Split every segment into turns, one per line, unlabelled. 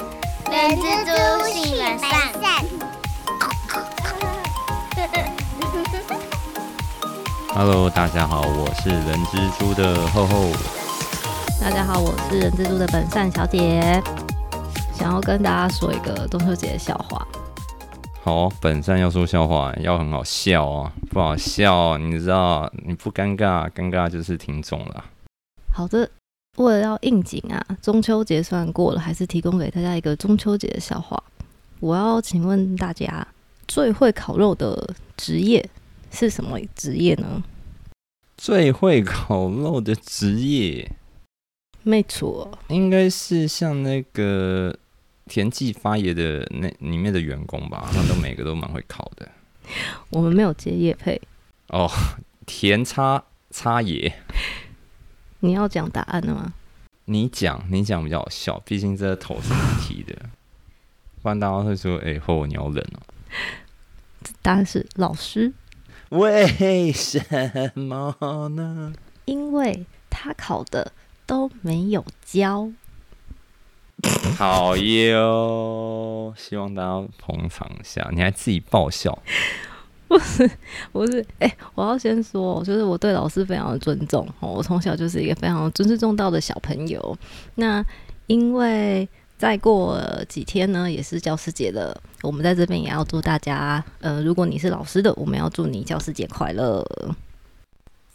人蜘蛛性本善。
Hello，大家好，我是人蜘蛛的厚厚。
大家好，我是人蜘蛛的本善小姐，想要跟大家说一个中秋节的笑话。
好、本善要说笑话，要很好笑啊，不好笑，你知道，你不尴尬，尴尬就是听众啦。
好的，为了要应景啊，中秋节虽然过了，还是提供给大家一个中秋节的笑话。我要请问大家，最会烤肉的职业是什么职业呢？
最会烤肉的职业，
没错，
应该是像那个田忌发爷的那里面的员工吧，好像都每个都蛮会烤的。
我们没有接业配。
哦，田叉叉爷，
你要讲答案了吗？
你讲你讲比较好笑，毕竟这头是你提的，不然大家会说，哎、厚厚你好冷哦、
答案是老师，
为什么呢？
因为他烤的都没有焦。
好哟，希望大家捧场一下。你还自己爆笑，
不是，不是，哎、我要先说，哦就是我对老师非常的尊重哦，我从小就是一个非常尊师重道的小朋友。那因为再过几天呢，也是教师节了，我们在这边也要祝大家，呃，如果你是老师的，我们要祝你教师节快乐。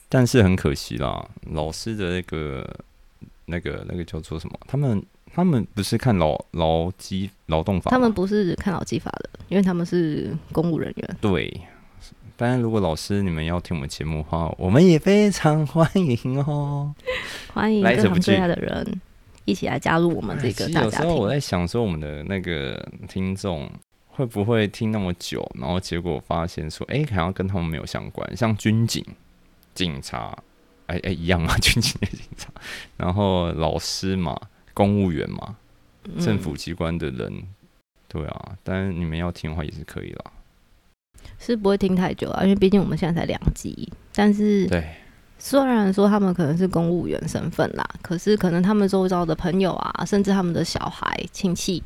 但是很可惜啦，老师的那个、那个、那个叫做什么？他们他们不是看劳劳基劳动法吗？
他们不是看老技法的，因为他们是公务人员。
对。当然，如果老师你们要听我们节目的话，我们也非常欢迎哦。
欢迎
来者
各行
不
各
拒
业的人一起来加入我们这
哎
个
其实
大
有
家
时候我
庭。嗯
在想说，我们的那个听众会不会听那么久，然后结果发现说，哎、好像跟他们没有相关，像军警、警察，哎、哎、一样嘛， 军警跟警察，然后老师嘛，公务员嘛，
嗯
政府机关的人，对啊，当然你们要听的话也是可以啦。
是不会听太久啊，因为毕竟我们现在才两集，但是
对，
虽然说他们可能是公务员身份啦，可是可能他们周遭的朋友啊，甚至他们的小孩亲戚，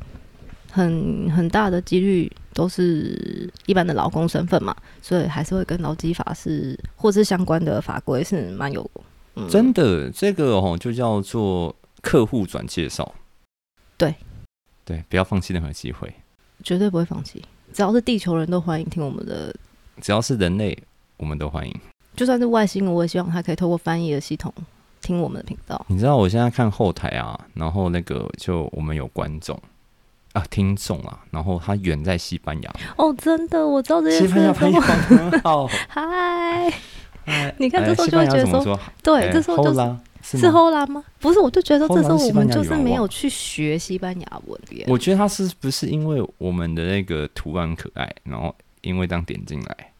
很很大的几率都是一般的劳工身份嘛，所以还是会跟劳基法是或是相关的法规是蛮有，嗯，
真的，这个哦就叫做客户转介绍。
对，
对，不要放弃任何机会，
绝对不会放弃，只要是地球人都欢迎听我们的，
只要是人类，我们都欢迎。
就算是外星人，我也希望他可以透过翻译的系统听我们的频道。
你知道我现在看后台啊，然后那个就我们有观众啊、听众啊，然后他远在西班牙，
哦，真的，我知道这件
西
事
班牙
了，
朋友很好。
嗨。
哎
啊你看这时候
西
就会
班牙
觉得
怎么
说，
说，
对，
哎
这时候就
hola，是
是
吗
Hola 吗？不是，我就觉得
Hola
这时候我们就是是
西班牙语啊
没
我忘
有
了
去学西班牙文耶。
我觉得他是不是因为我们的那个图案很可爱，然后因为这样点进来，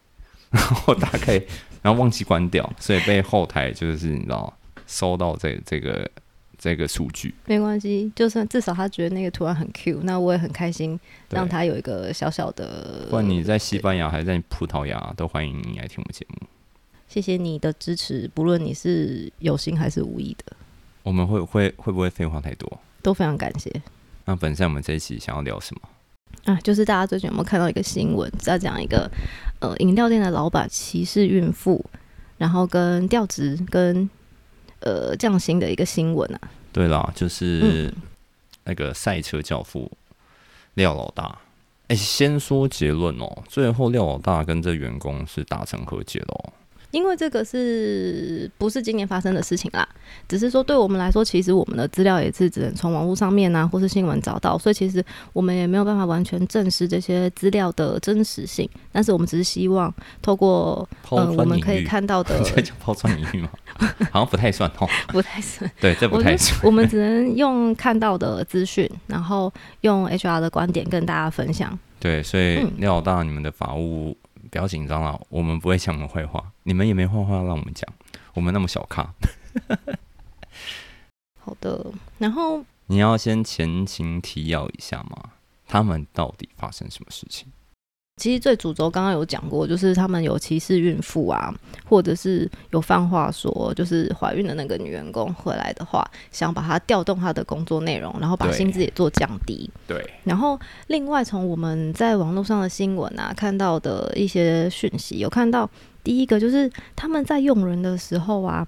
然后大概 然后忘记关掉，所以被后台就是你知道收到这这个这个数据，
没关系，就算至少他觉得那个图案很 Q，那我也很开心，
对
让他有一个小小的。
不管你在西班牙还是在葡萄牙，都欢迎你来听我们节目。
谢谢你的支持，不论你是有心还是无意的，
我们会会会不会废话太多？
都非常感谢。
那本身我们这一期想要聊什么？
啊，就是大家最近有没有看到一个新闻，在讲一个呃饮料店的老板歧视孕妇，然后跟调职跟呃降薪的一个新闻啊。
对啦，就是
嗯
那个赛车教父廖老大。哎、先说结论哦，最后廖老大跟这员工是达成和解了哦。
因为这个是不是今年发生的事情啦？只是说对我们来说，其实我们的资料也是只能从网络上面啊，或是新闻找到，所以其实我们也没有办法完全证实这些资料的真实性。但是我们只是希望透过
抛
呃我
砖
们
引
可 以
玉，
看到的，
这叫抛砖引玉吗？ 好像不太算哦。
不太是
对，这 不
我
太
们
算。
我们只能用看到的资讯，然后用 HR 的观点跟大家分享。
对，所以
嗯
廖老大，你们的法务不要紧张啦，我们不会讲我们坏话，你们也没坏话让我们讲，我们那么小咖。
好的，然后
你要先前情提要一下吗？他们到底发生什么事情？
其实最主轴刚刚有讲过，就是他们有歧视孕妇啊，或者是有放话说，就是怀孕的那个女员工回来的话，想把她调动她的工作内容，然后把
对
薪资也做降低。
对，
然后，另外从我们在网络上的新闻啊看到的一些讯息，有看到第一个就是他们在用人的时候啊，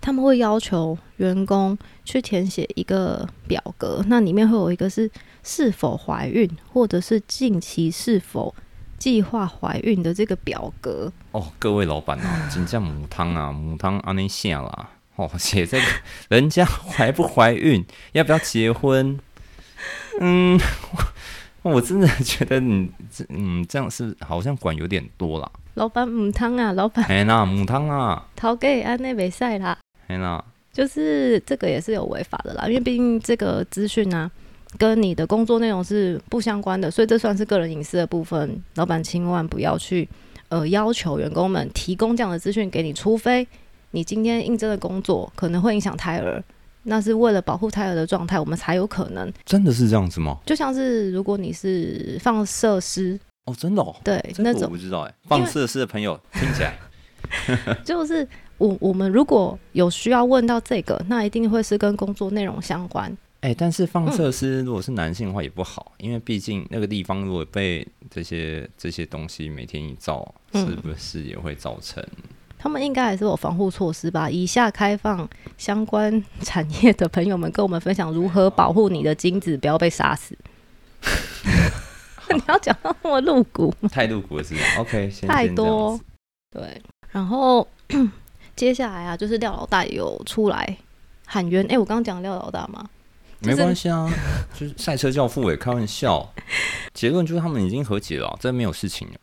他们会要求员工去填写一个表格，那里面会有一个是是否怀孕，或者是近期是否计划怀孕的这个表格。
哦，各位老板 啊，真正母汤啊，母汤安尼下啦，哦，写这个人家怀不怀孕，要不要结婚，嗯， 我我真的觉得你这嗯这样是好像管有点多啦。
老板母汤啊，老板
哎啦，母汤啦，
逃给安内北赛啦。
哎啦，
就是这个也是有违法的啦，因为毕竟这个资讯啊，跟你的工作内容是不相关的，所以这算是个人隐私的部分。老板千万不要去呃要求员工们提供这样的资讯给你，除非你今天应征的工作可能会影响胎儿，那是为了保护胎儿的状态，我们才有可能。
真的是这样子吗？
就像是如果你是放射师，
哦，真的哦，
对
这
哎那
个我
种
不知道哎，放射师的朋友听起来，
就是我我们如果有需要问到这个，那一定会是跟工作内容相关。
哎，但是
嗯
放射师如果是男性的话也不好，因为毕竟那个地方如果被这些这些东西每天一照，
嗯
是不是也会造成？
他们应该还是有防护措施吧？以下开放相关产业的朋友们跟我们分享如何保护你的精子不要被杀死。你要讲到那么露骨吗？
太露骨了是吗 OK，先
太
先这样
多
子
对，然后嗯接下来啊，就是廖老大也有出来喊冤。哎、我刚刚讲廖老大吗？
没关系啊，就是赛车教父也开玩笑。结论就是他们已经和解了啊，这没有事情了。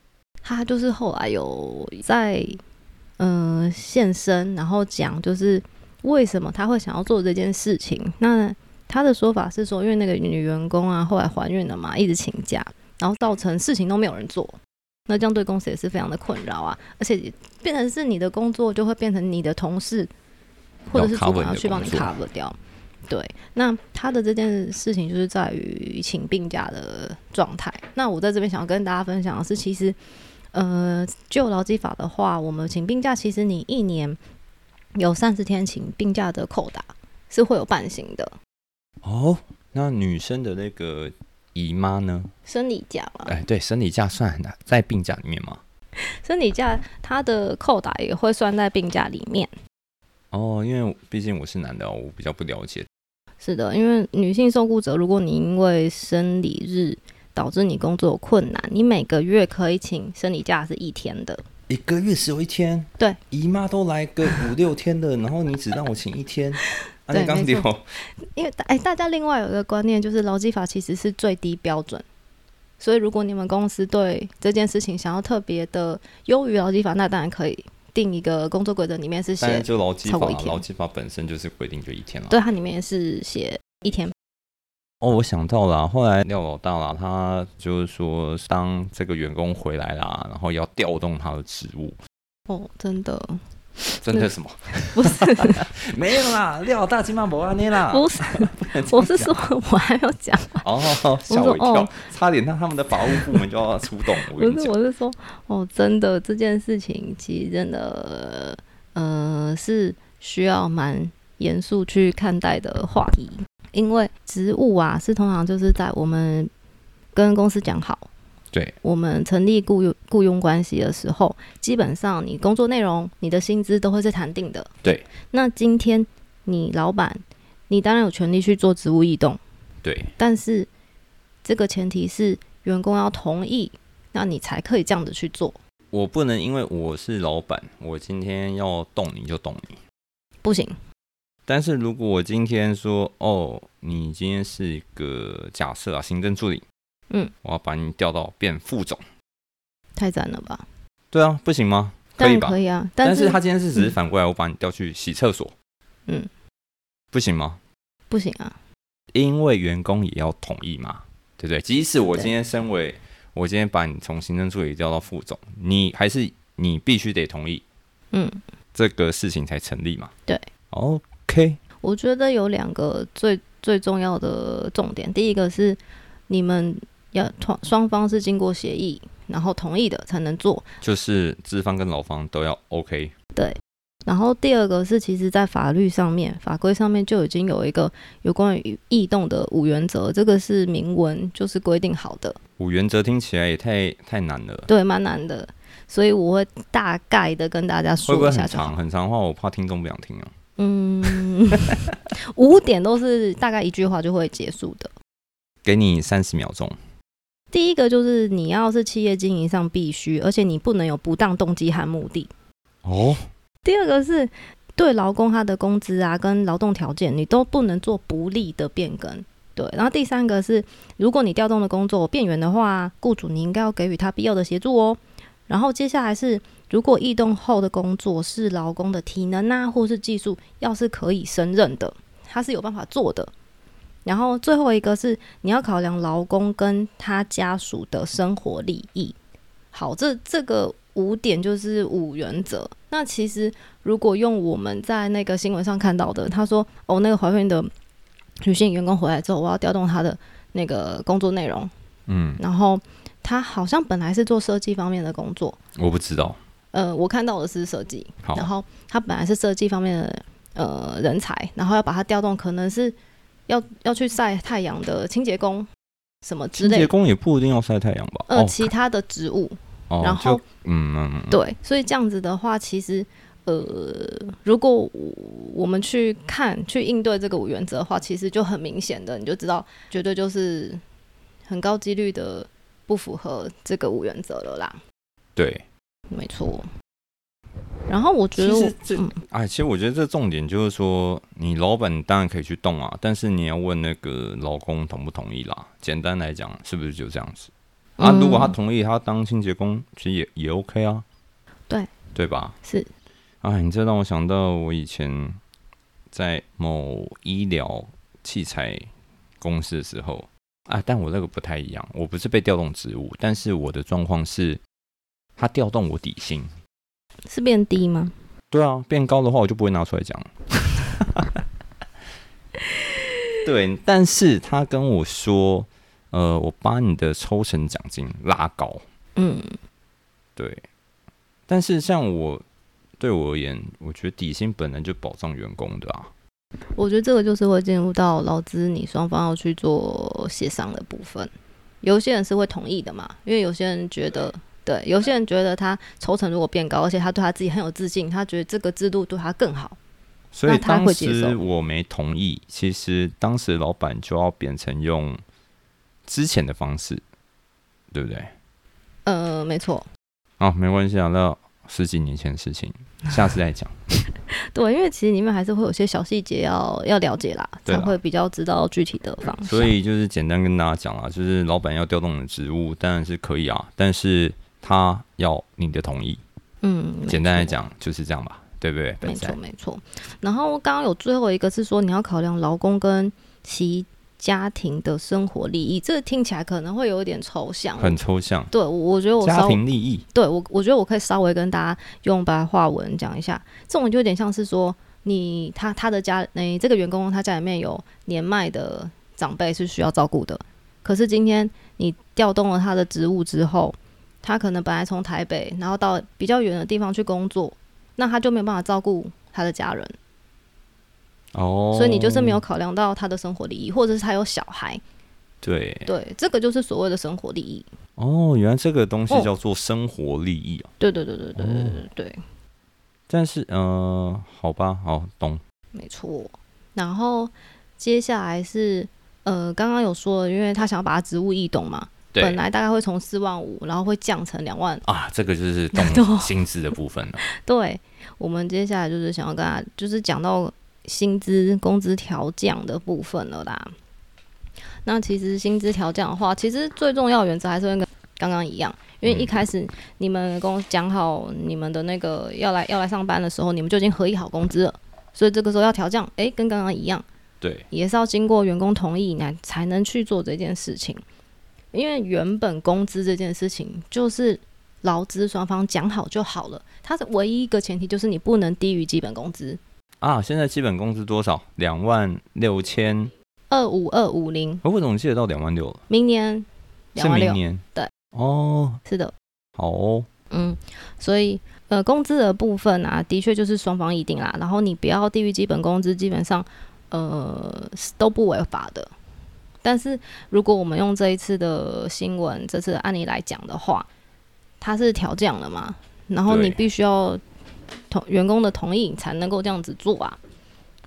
他就是后来有在嗯、呃现身，然后讲就是为什么他会想要做这件事情。那他的说法是说，因为那个女员工啊后来怀孕了嘛，一直请假，然后造成事情都没有人做。那这样对公司也是非常的困扰啊，而且变成是你的工作就会变成你的同事或者是主管要去帮你
要 cover
cover 掉。对，那他的这件事情就是在于请病假的状态。那我在这边想要跟大家分享的是，其实，呃，就劳基法的话，我们请病假，其实你一年有三十天请病假的扣打是会有半薪的
哦，那女生的那个姨妈呢？
生理假嘛。
哎，对，生理假算在病假里面吗？
生理假它的扣打也会算在病假里面。
哦，因为毕竟我是男的哦，我比较不了解。
是的，因为女性受雇者，如果你因为生理日导致你工作有困难，你每个月可以请生理假是一天的。
一个月只有一天，
对，
姨妈都来个五六天的，然后你只让我请一 天，啊，
对
你刚
没
丢
错因为大哎，大家另外有一个观念就是劳基法其实是最低标准，所以如果你们公司对这件事情想要特别的优于劳基法，那当然可以定一个工作规则，里面是
当然
写，
就劳基
超
法
过一
啦，
天
劳基法本身就是规定就一天了。啊
对它里面也是写一天。
哦，我想到了啊、后来廖老大啦，他就是说，当这个员工回来啦，然后要调动他的职务，
哦，真的
真的什么？
不是
没有啦，廖老大今晚不安你啦
不是， 我是说我还没有讲
哦，吓我一
我说
跳
哦，
差点让他们的法务部门就要出动。我
不
跟你
是，
讲，
我是说，哦，真的这件事情其实真的，呃，是需要蛮严肃去看待的话题，因为职务啊，是通常就是在我们跟公司讲好，
对，
我们成立雇佣雇佣关系的时候，基本上你工作内容、你的薪资都会是谈定的。
对，
那今天你老板，你当然有权利去做职务异动。
对，
但是这个前提是员工要同意，那你才可以这样子去做，
我不能因为我是老板，我今天要动你就动你。
不行。
但是如果我今天说，哦，你今天是一个假设啊，行政助理，
嗯，
我要把你调到变副总，
太赞了吧？
对啊，不行吗？可
当
以
然
吧？
可以啊，
但
是
是他今天是只是
嗯
反过来，我把你调去洗厕所，
嗯
不行吗？
不行啊，
因为员工也要同意嘛，对不对？即使我
对
今天身为，我今天把你从行政助理调到副总，你还是你必须得同意
嗯，
这个事情才成立嘛。
对
，OK，
我觉得有两个最最重要的重点，第一个是你们要双双方是经过协议，然后同意的才能做。
就是资方跟劳方都要 OK。
然后第二个是，其实，在法律上面、法规上面就已经有一个有关于异动的五原则，这个是明文就是规定好的，
五原则听起来也太太难了，
对，蛮难的。所以我会大概的跟大家
会不
说
会
一下
很
就好
长？。很长的话，我怕听众不想听啊。
嗯， 五点都是大概一句话就会结束的。
给你三十秒钟，
第一个就是你要是企业经营上必须，而且你不能有不当动机和目的。
哦，
第二个是对劳工他的工资啊跟劳动条件，你都不能做不利的变更。对，然后第三个是，如果你调动的工作变远的话，雇主你应该要给予他必要的协助哦。然后接下来是，如果异动后的工作是劳工的体能啊，或是技术，要是可以胜任的，他是有办法做的。然后最后一个是，你要考量劳工跟他家属的生活利益。好，这这个五点就是五原则。那其实如果用我们在那个新闻上看到的，他说哦，那个怀孕的女性员工回来之后，我要调动她的那个工作内容，
嗯，
然后她好像本来是做设计方面的工作，
我不知道。
呃，我看到的是设计，
好，
然后她本来是设计方面的呃人才，然后要把她调动，可能是呃要要去晒太阳的清洁工什么之
清
类
洁
的，
工也不一定要晒太阳吧？
呃，
哦
其他的职务，
哦，
然后
就嗯嗯嗯，
对，所以这样子的话，其实呃，如果我我们去看去应对这个五原则的话，其实就很明显的，你就知道绝对就是很高几率的不符合这个五原则了啦，
对。
没错。然后我觉得我
这
嗯
哎，其实我觉得这重点就是说，你老板当然可以去动啊，但是你要问那个老公同不同意啦。简单来讲，是不是就这样子啊？如果他
嗯
同意，他当清洁工其实也也 OK 啊。
对，
对吧？
是
哎，你这让我想到我以前在某医疗器材公司的时候啊，但我那个不太一样，我不是被调动职务，但是我的状况是，他调动我底薪。
是变低吗？
对啊，变高的话我就不会拿出来讲。 对，但是他跟我说，呃，我把你的抽成奖金拉高。
嗯，
对，但是像我对我而言，我觉得底薪本来就保障员工的啊。
我觉得这个就是会进入到劳资你双方要去做协商的部分。有些人是会同意的嘛，因为有些人觉得，对，有些人觉得他抽成如果变高，而且他对他自己很有自信，他觉得这个制度对他更好。
所以
那他
当
会接受
时我没同意，其实当时老板就要变成用之前的方式，对不对？
呃，没错，
啊，没关系啊，那十几年前的事情，下次再 讲。
对，因为其实里面还是会有些小细节要要了解啦，
对
才
啦
会比较知道具体的方向。
所以就是简单跟大家讲啦，啊就是老板要调动你的职务当然是可以啊，但是他要你的同意。
嗯，没
简单来
错
讲就是这样吧，对不对？
没
本
错
山
没错。然后刚刚有最后一个是说你要考量劳工跟其家庭的生活利益，这个听起来可能会有一点抽象。
很抽象，
对，我我觉得我
家
稍
庭利益
对我我觉得我可以稍微跟大家用白话文讲一下，这种就有点像是说你他他的家，你、这个员工他家里面有年迈的长辈是需要照顾的，可是今天你调动了他的职务之后，他可能本来从台北，然后到比较远的地方去工作，那他就没有办法照顾他的家人，
哦，
所以你就是没有考量到他的生活利益，或者是他有小孩，
对
对，这个就是所谓的生活利益。
哦，原来这个东西
哦
叫做生活利益哦。
对对对对对对对对对。
但是呃，好吧，好懂。
没错。然后接下来是呃，刚刚有说了，因为他想要把他职务异动嘛，本来大概会从四万五，然后会降成两万。
啊，这个就是
懂
动心智的部分了。
对我们接下来就是想要跟他就是讲到薪资工资调降的部分了啦。那其实薪资调降的话，其实最重要的原则还是会跟刚刚一样，因为一
嗯
开始你们跟我讲好你们的那个要来要来上班的时候，你们就已经合议好工资了，所以这个时候要调降，诶，跟刚刚一样。
对，
也是要经过员工同意来才能去做这件事情，因为原本工资这件事情就是劳资双方讲好就好了，它是唯一一个前提就是你不能低于基本工资
啊，现在基本工资多少？两万六千。
二五二五零，
哦我怎么记得到两万六了？
明年
是
两万
明
六，
年。
对。
哦，
是的，
好哦，
嗯，所以呃，工资的部分啊，的确就是双方议定啦。然后你不要低于基本工资，基本上呃是都不违法的。但是如果我们用这一次的新闻、这次的案例来讲的话，它是调降了嘛，然后你
对
必须要同员工的同意，你才能够这样子做啊，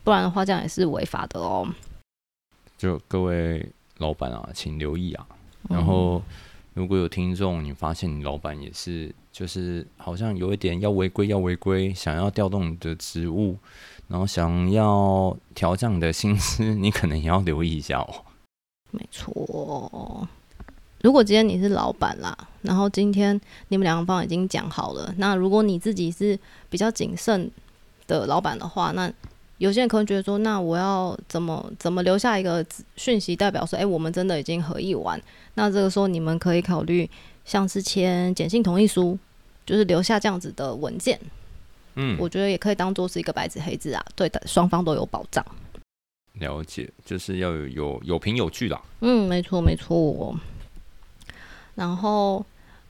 不然的话这样也是违法的哦。
就各位老板啊，请留意啊。
嗯
然后如果有听众，你发现你老板也是，就是好像有一点要违规，要违规，想要调动你的职务，然后想要调降你的薪资，你可能也要留意一下哦。
没错。如果今天你是老板啦，然后今天你们两方已经讲好了，那如果你自己是比较谨慎的老板的话，那有些人可能觉得说，那我要怎么怎么留下一个讯息，代表说，哎、我们真的已经合意完。那这个时候你们可以考虑像是签简信同意书，就是留下这样子的文件，
嗯，
我觉得也可以当做是一个白纸黑字啊，对的，双方都有保障。
了解，就是要有有有凭有据啦。
嗯，没错没错。然后，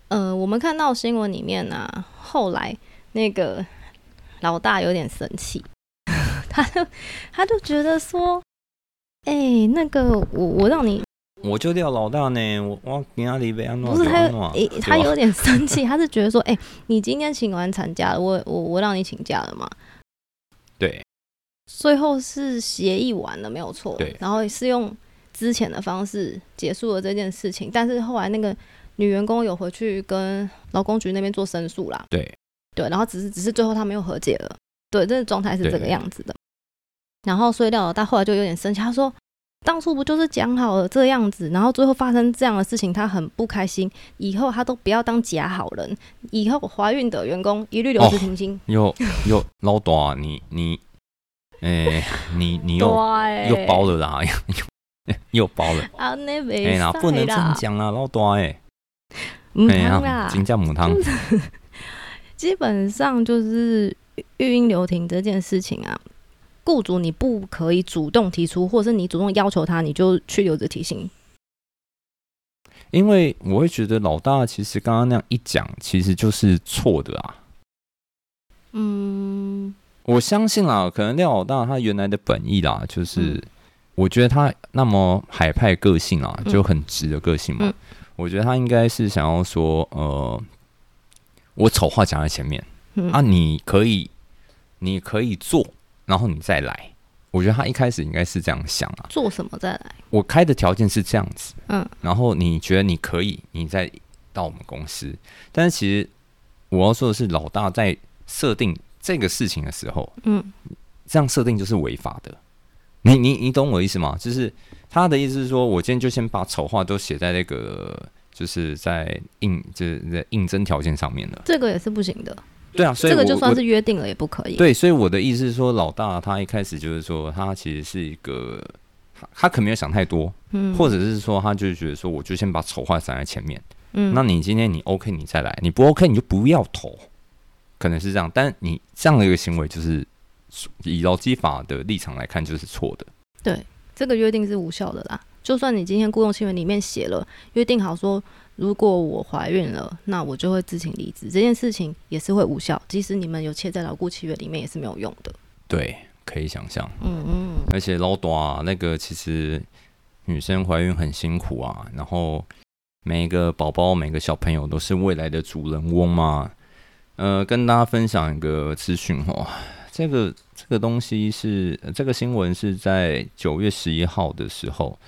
呃，我们看到新闻里面呢、后来那个老大有点生气， 他就他就觉得说，哎、那个我我让你
我就掉老大呢，我我给他离被安诺，
不是他
安
有
诺，
诶
对
他
吧
有点生气，他是觉得说，哎、你今天请完产假了，我我我让你请假了嘛，
对
最后是协议完了，没有错。
对
然后是用之前的方式结束了这件事情，但是后来那个女员工有回去跟劳工局那边做申诉啦，
对，
对，然后只是只是最后他们又和解了，对，这个状态是这个
对
样子的。然后所以廖老大后来就有点生气，他说当初不就是讲好了这样子，然后最后发生这样的事情，他很不开心，以后他都不要当假好人，以后怀孕的员工一律留职
哦
停薪。
又又老大，你你，哎、 你你又
对
哦又包了啦， 又包了，
啊，那
哎、
没
啦，不能这样
啦
讲啦，老大哎、
嗯，
哎
当
呀，
啦，
金价母汤，
基本上就是育婴留停这件事情啊，雇主你不可以主动提出，或者是你主动要求他，你就去留职提醒。
因为我会觉得老大其实刚刚那样一讲，其实就是错的啊。
嗯，
我相信啦，可能廖老大他原来的本意啦，就是、
嗯
我觉得他那么海派个性啊，
嗯
就很直的个性嘛。
嗯
我觉得他应该是想要说，呃，我丑话讲在前面
嗯
啊，你可以，你可以做，然后你再来。我觉得他一开始应该是这样想啊，
做什么再来？
我开的条件是这样子，
嗯，
然后你觉得你可以，你再到我们公司。但是其实我要说的是，老大在设定这个事情的时候，
嗯
这样设定就是违法的。你你你懂我意思吗？就是他的意思是说，我今天就先把丑话都写在那个，就是在应就是在应征条件上面了。
这个也是不行的，
对啊，所以
嗯这
我
个就算
我
是约定了也不可以。
对，所以我的意思是说，老大他一开始就是说，他其实是一个，他他可能没有想太多，
嗯，
或者是说他就觉得说，我就先把丑话讲在前面。
嗯，
那你今天你 OK 你再来，你不 OK 你就不要投，可能是这样。但你这样的一个行为，就是以劳基法的立场来看，就是错的。
这个约定是无效的啦。就算你今天雇佣契约里面写了约定好说，如果我怀孕了，那我就会自请离职，这件事情也是会无效。即使你们有切在牢固契约里面，也是没有用的。
对，可以想象。
嗯嗯。
而且老短、啊、那个，其实女生怀孕很辛苦啊，然后每一个宝宝、每个小朋友都是未来的主人翁嘛。呃，跟大家分享一个资讯哦，这个这个东西是、呃这个新闻是在九月十一号的时候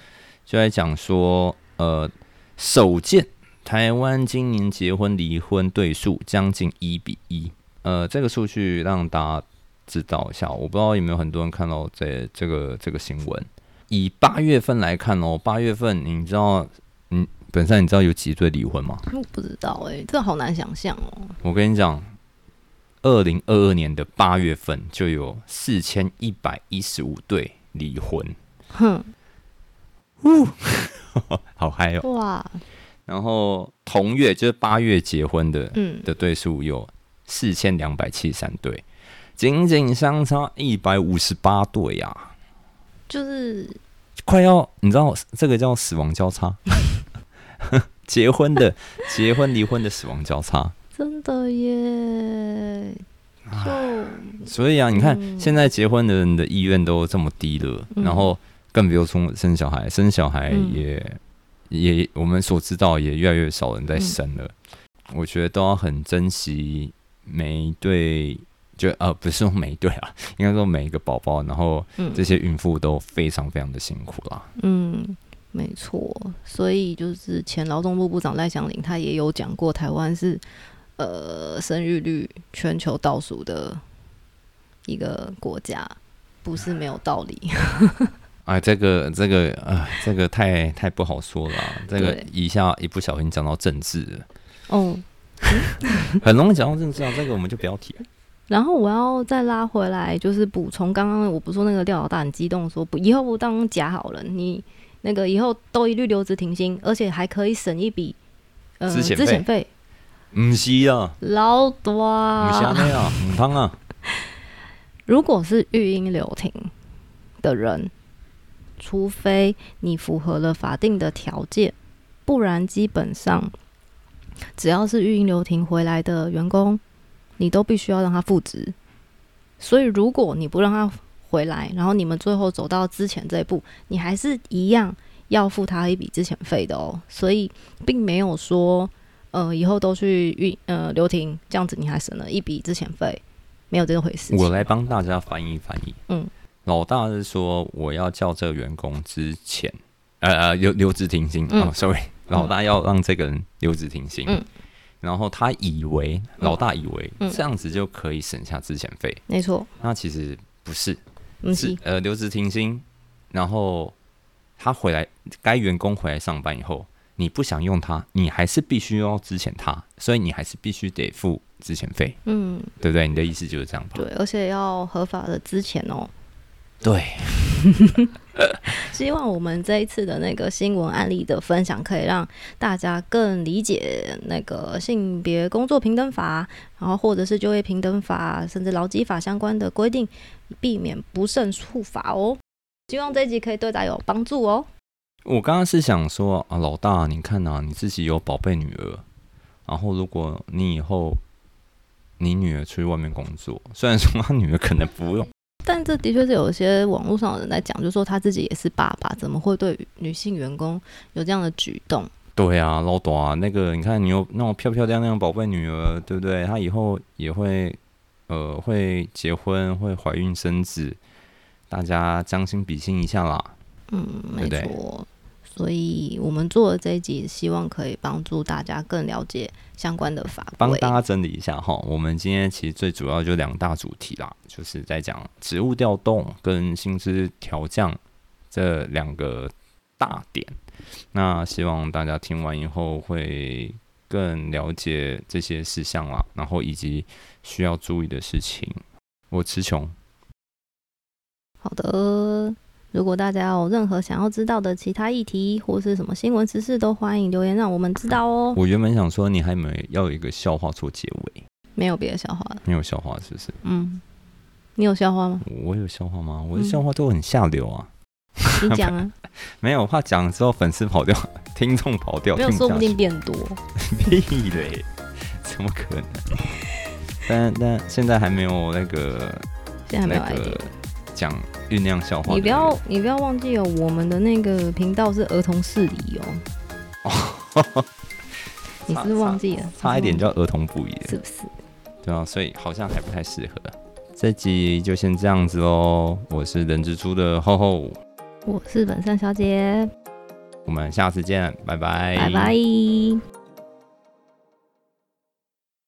就在讲说，呃，首见台湾今年结婚离婚对数将近一比一，呃，这个数据让大家知道一下，我不知道有没有很多人看到这这个这个新闻。以八月份来看哦，八月份你知道，嗯，本身你知道有几对离婚吗？
我不知道哎、这好难想象哦。
我跟你讲，二零二二年的八月份就有四千一百一十五对离婚，
哼，
好嗨哦！
哇，
然后同月就是八月结婚的，
嗯，
的对数有四千两百七十三对，仅仅相差一百五十八对啊呀、
就是
快要，你知道这个叫死亡交叉， 结婚 的、结婚离婚的死亡交叉。
真的耶，就
所以啊，你看、
嗯
现在结婚的人的意愿都这么低了，
嗯
然后更不用说生小孩，生小孩
嗯
也、也我们所知道也越来越少人
嗯
在生了。我觉得都要很珍惜每一对，就呃不是说每一对啊，应该说每一个宝宝，然后
嗯
这些孕妇都非常非常的辛苦啦。
嗯，没错，所以就是前劳动部部长赖香林他也有讲过，台湾是呃生育率全球倒数的一个国家，不是没有道理。
哎，这个这个啊、呃这个太太不好说了啊、这个
对
一下一不小心讲到政治了，
哦，
很容易讲到政治啊，这个我们就不要提了。
然后我要再拉回来，就是补充刚刚我不是说那个廖老大很激动说不以后不当假好人，你那个以后都一律留职停薪，而且还可以省一笔呃
资遣费
费，
唔是啊。
老多
唔是安
啊。
尼啊，唔通啊，
如果是育婴留停的人，除非你符合了法定的条件，不然基本上只要是育婴留停回来的员工，你都必须要让他复职。所以如果你不让他回来，然后你们最后走到之前这一步，你还是一样要付他一笔之前费的哦。所以并没有说，呃，以后都去育呃留停，这样子你还省了一笔之前费，没有这回事情。
我来帮大家翻译翻译。
嗯，
老大是说我要叫这个员工之前，呃呃，留留职停薪。
嗯
哦，sorry，老大要让这个人留职停薪。
嗯
然后他以为老大以为
嗯
这样子就可以省下之前费，
没错，
那其实不是，
嗯，
是
是，
呃留职停薪，然后他回来，该员工回来上班以后，你不想用他，你还是必须要之前他，所以你还是必须得付之前费，
嗯，
对不对？你的意思就是这样吧？
对，而且要合法的之前哦。
对，
希望我们这一次的那个新闻案例的分享，可以让大家更理解那个性别工作平等法，然后或者是就业平等法，甚至劳基法相关的规定，避免不慎触法哦。希望这一集可以对大家有帮助哦。
我刚刚是想说啊，老大，你看呐、你自己有宝贝女儿，然后如果你以后你女儿出去外面工作，虽然说她女儿可能不用，
但这的确是有一些网络上有人在讲，就说他自己也是爸爸，怎么会对女性员工有这样的举动？
对啊，老大、啊、那个，你看你有那种漂漂亮亮的宝贝女儿，对不对？她以后也会呃会结婚，会怀孕生子，大家将心比心一下啦。
嗯，没
对不对
错。所以我们做的这一集，希望可以帮助大家更了解相关的法
帮
规。
大家整理一下哈，我们今天其实最主要就两大主题啦，就是在讲职务调动跟薪资调降这两个大点。那希望大家听完以后会更了解这些事项啦，然后以及需要注意的事情。我词穷，
好的，如果大家有任何想要知道的其他议题或是什么新闻时事，都欢迎留言让我们知道哦。
我原本想说你还没有要有一个笑话做结尾，
没有别的笑话了，
没有笑话是不是？
嗯，你有 笑话吗？
我有笑话吗？
嗯
我的笑话都很下流啊。
你讲啊，
没有，我怕讲了之后粉丝跑掉， 听众跑掉，
没有，
听
说
下
不定变多。
去 屁嘞，怎么可能？但但现在还没有那个
现在还没有
那
idea，
个讲酝酿笑话的人，
你不要你不要忘记哦，我们的那个频道是儿童事宜哦。 你是不是忘记了？
哦差一点叫儿童不宜了，
是不是？
对啊，所以好像还不太适合。这集就先这样子喽，我是人之初的厚厚，
我是本善小姐。
我们下次见，拜拜，
拜拜。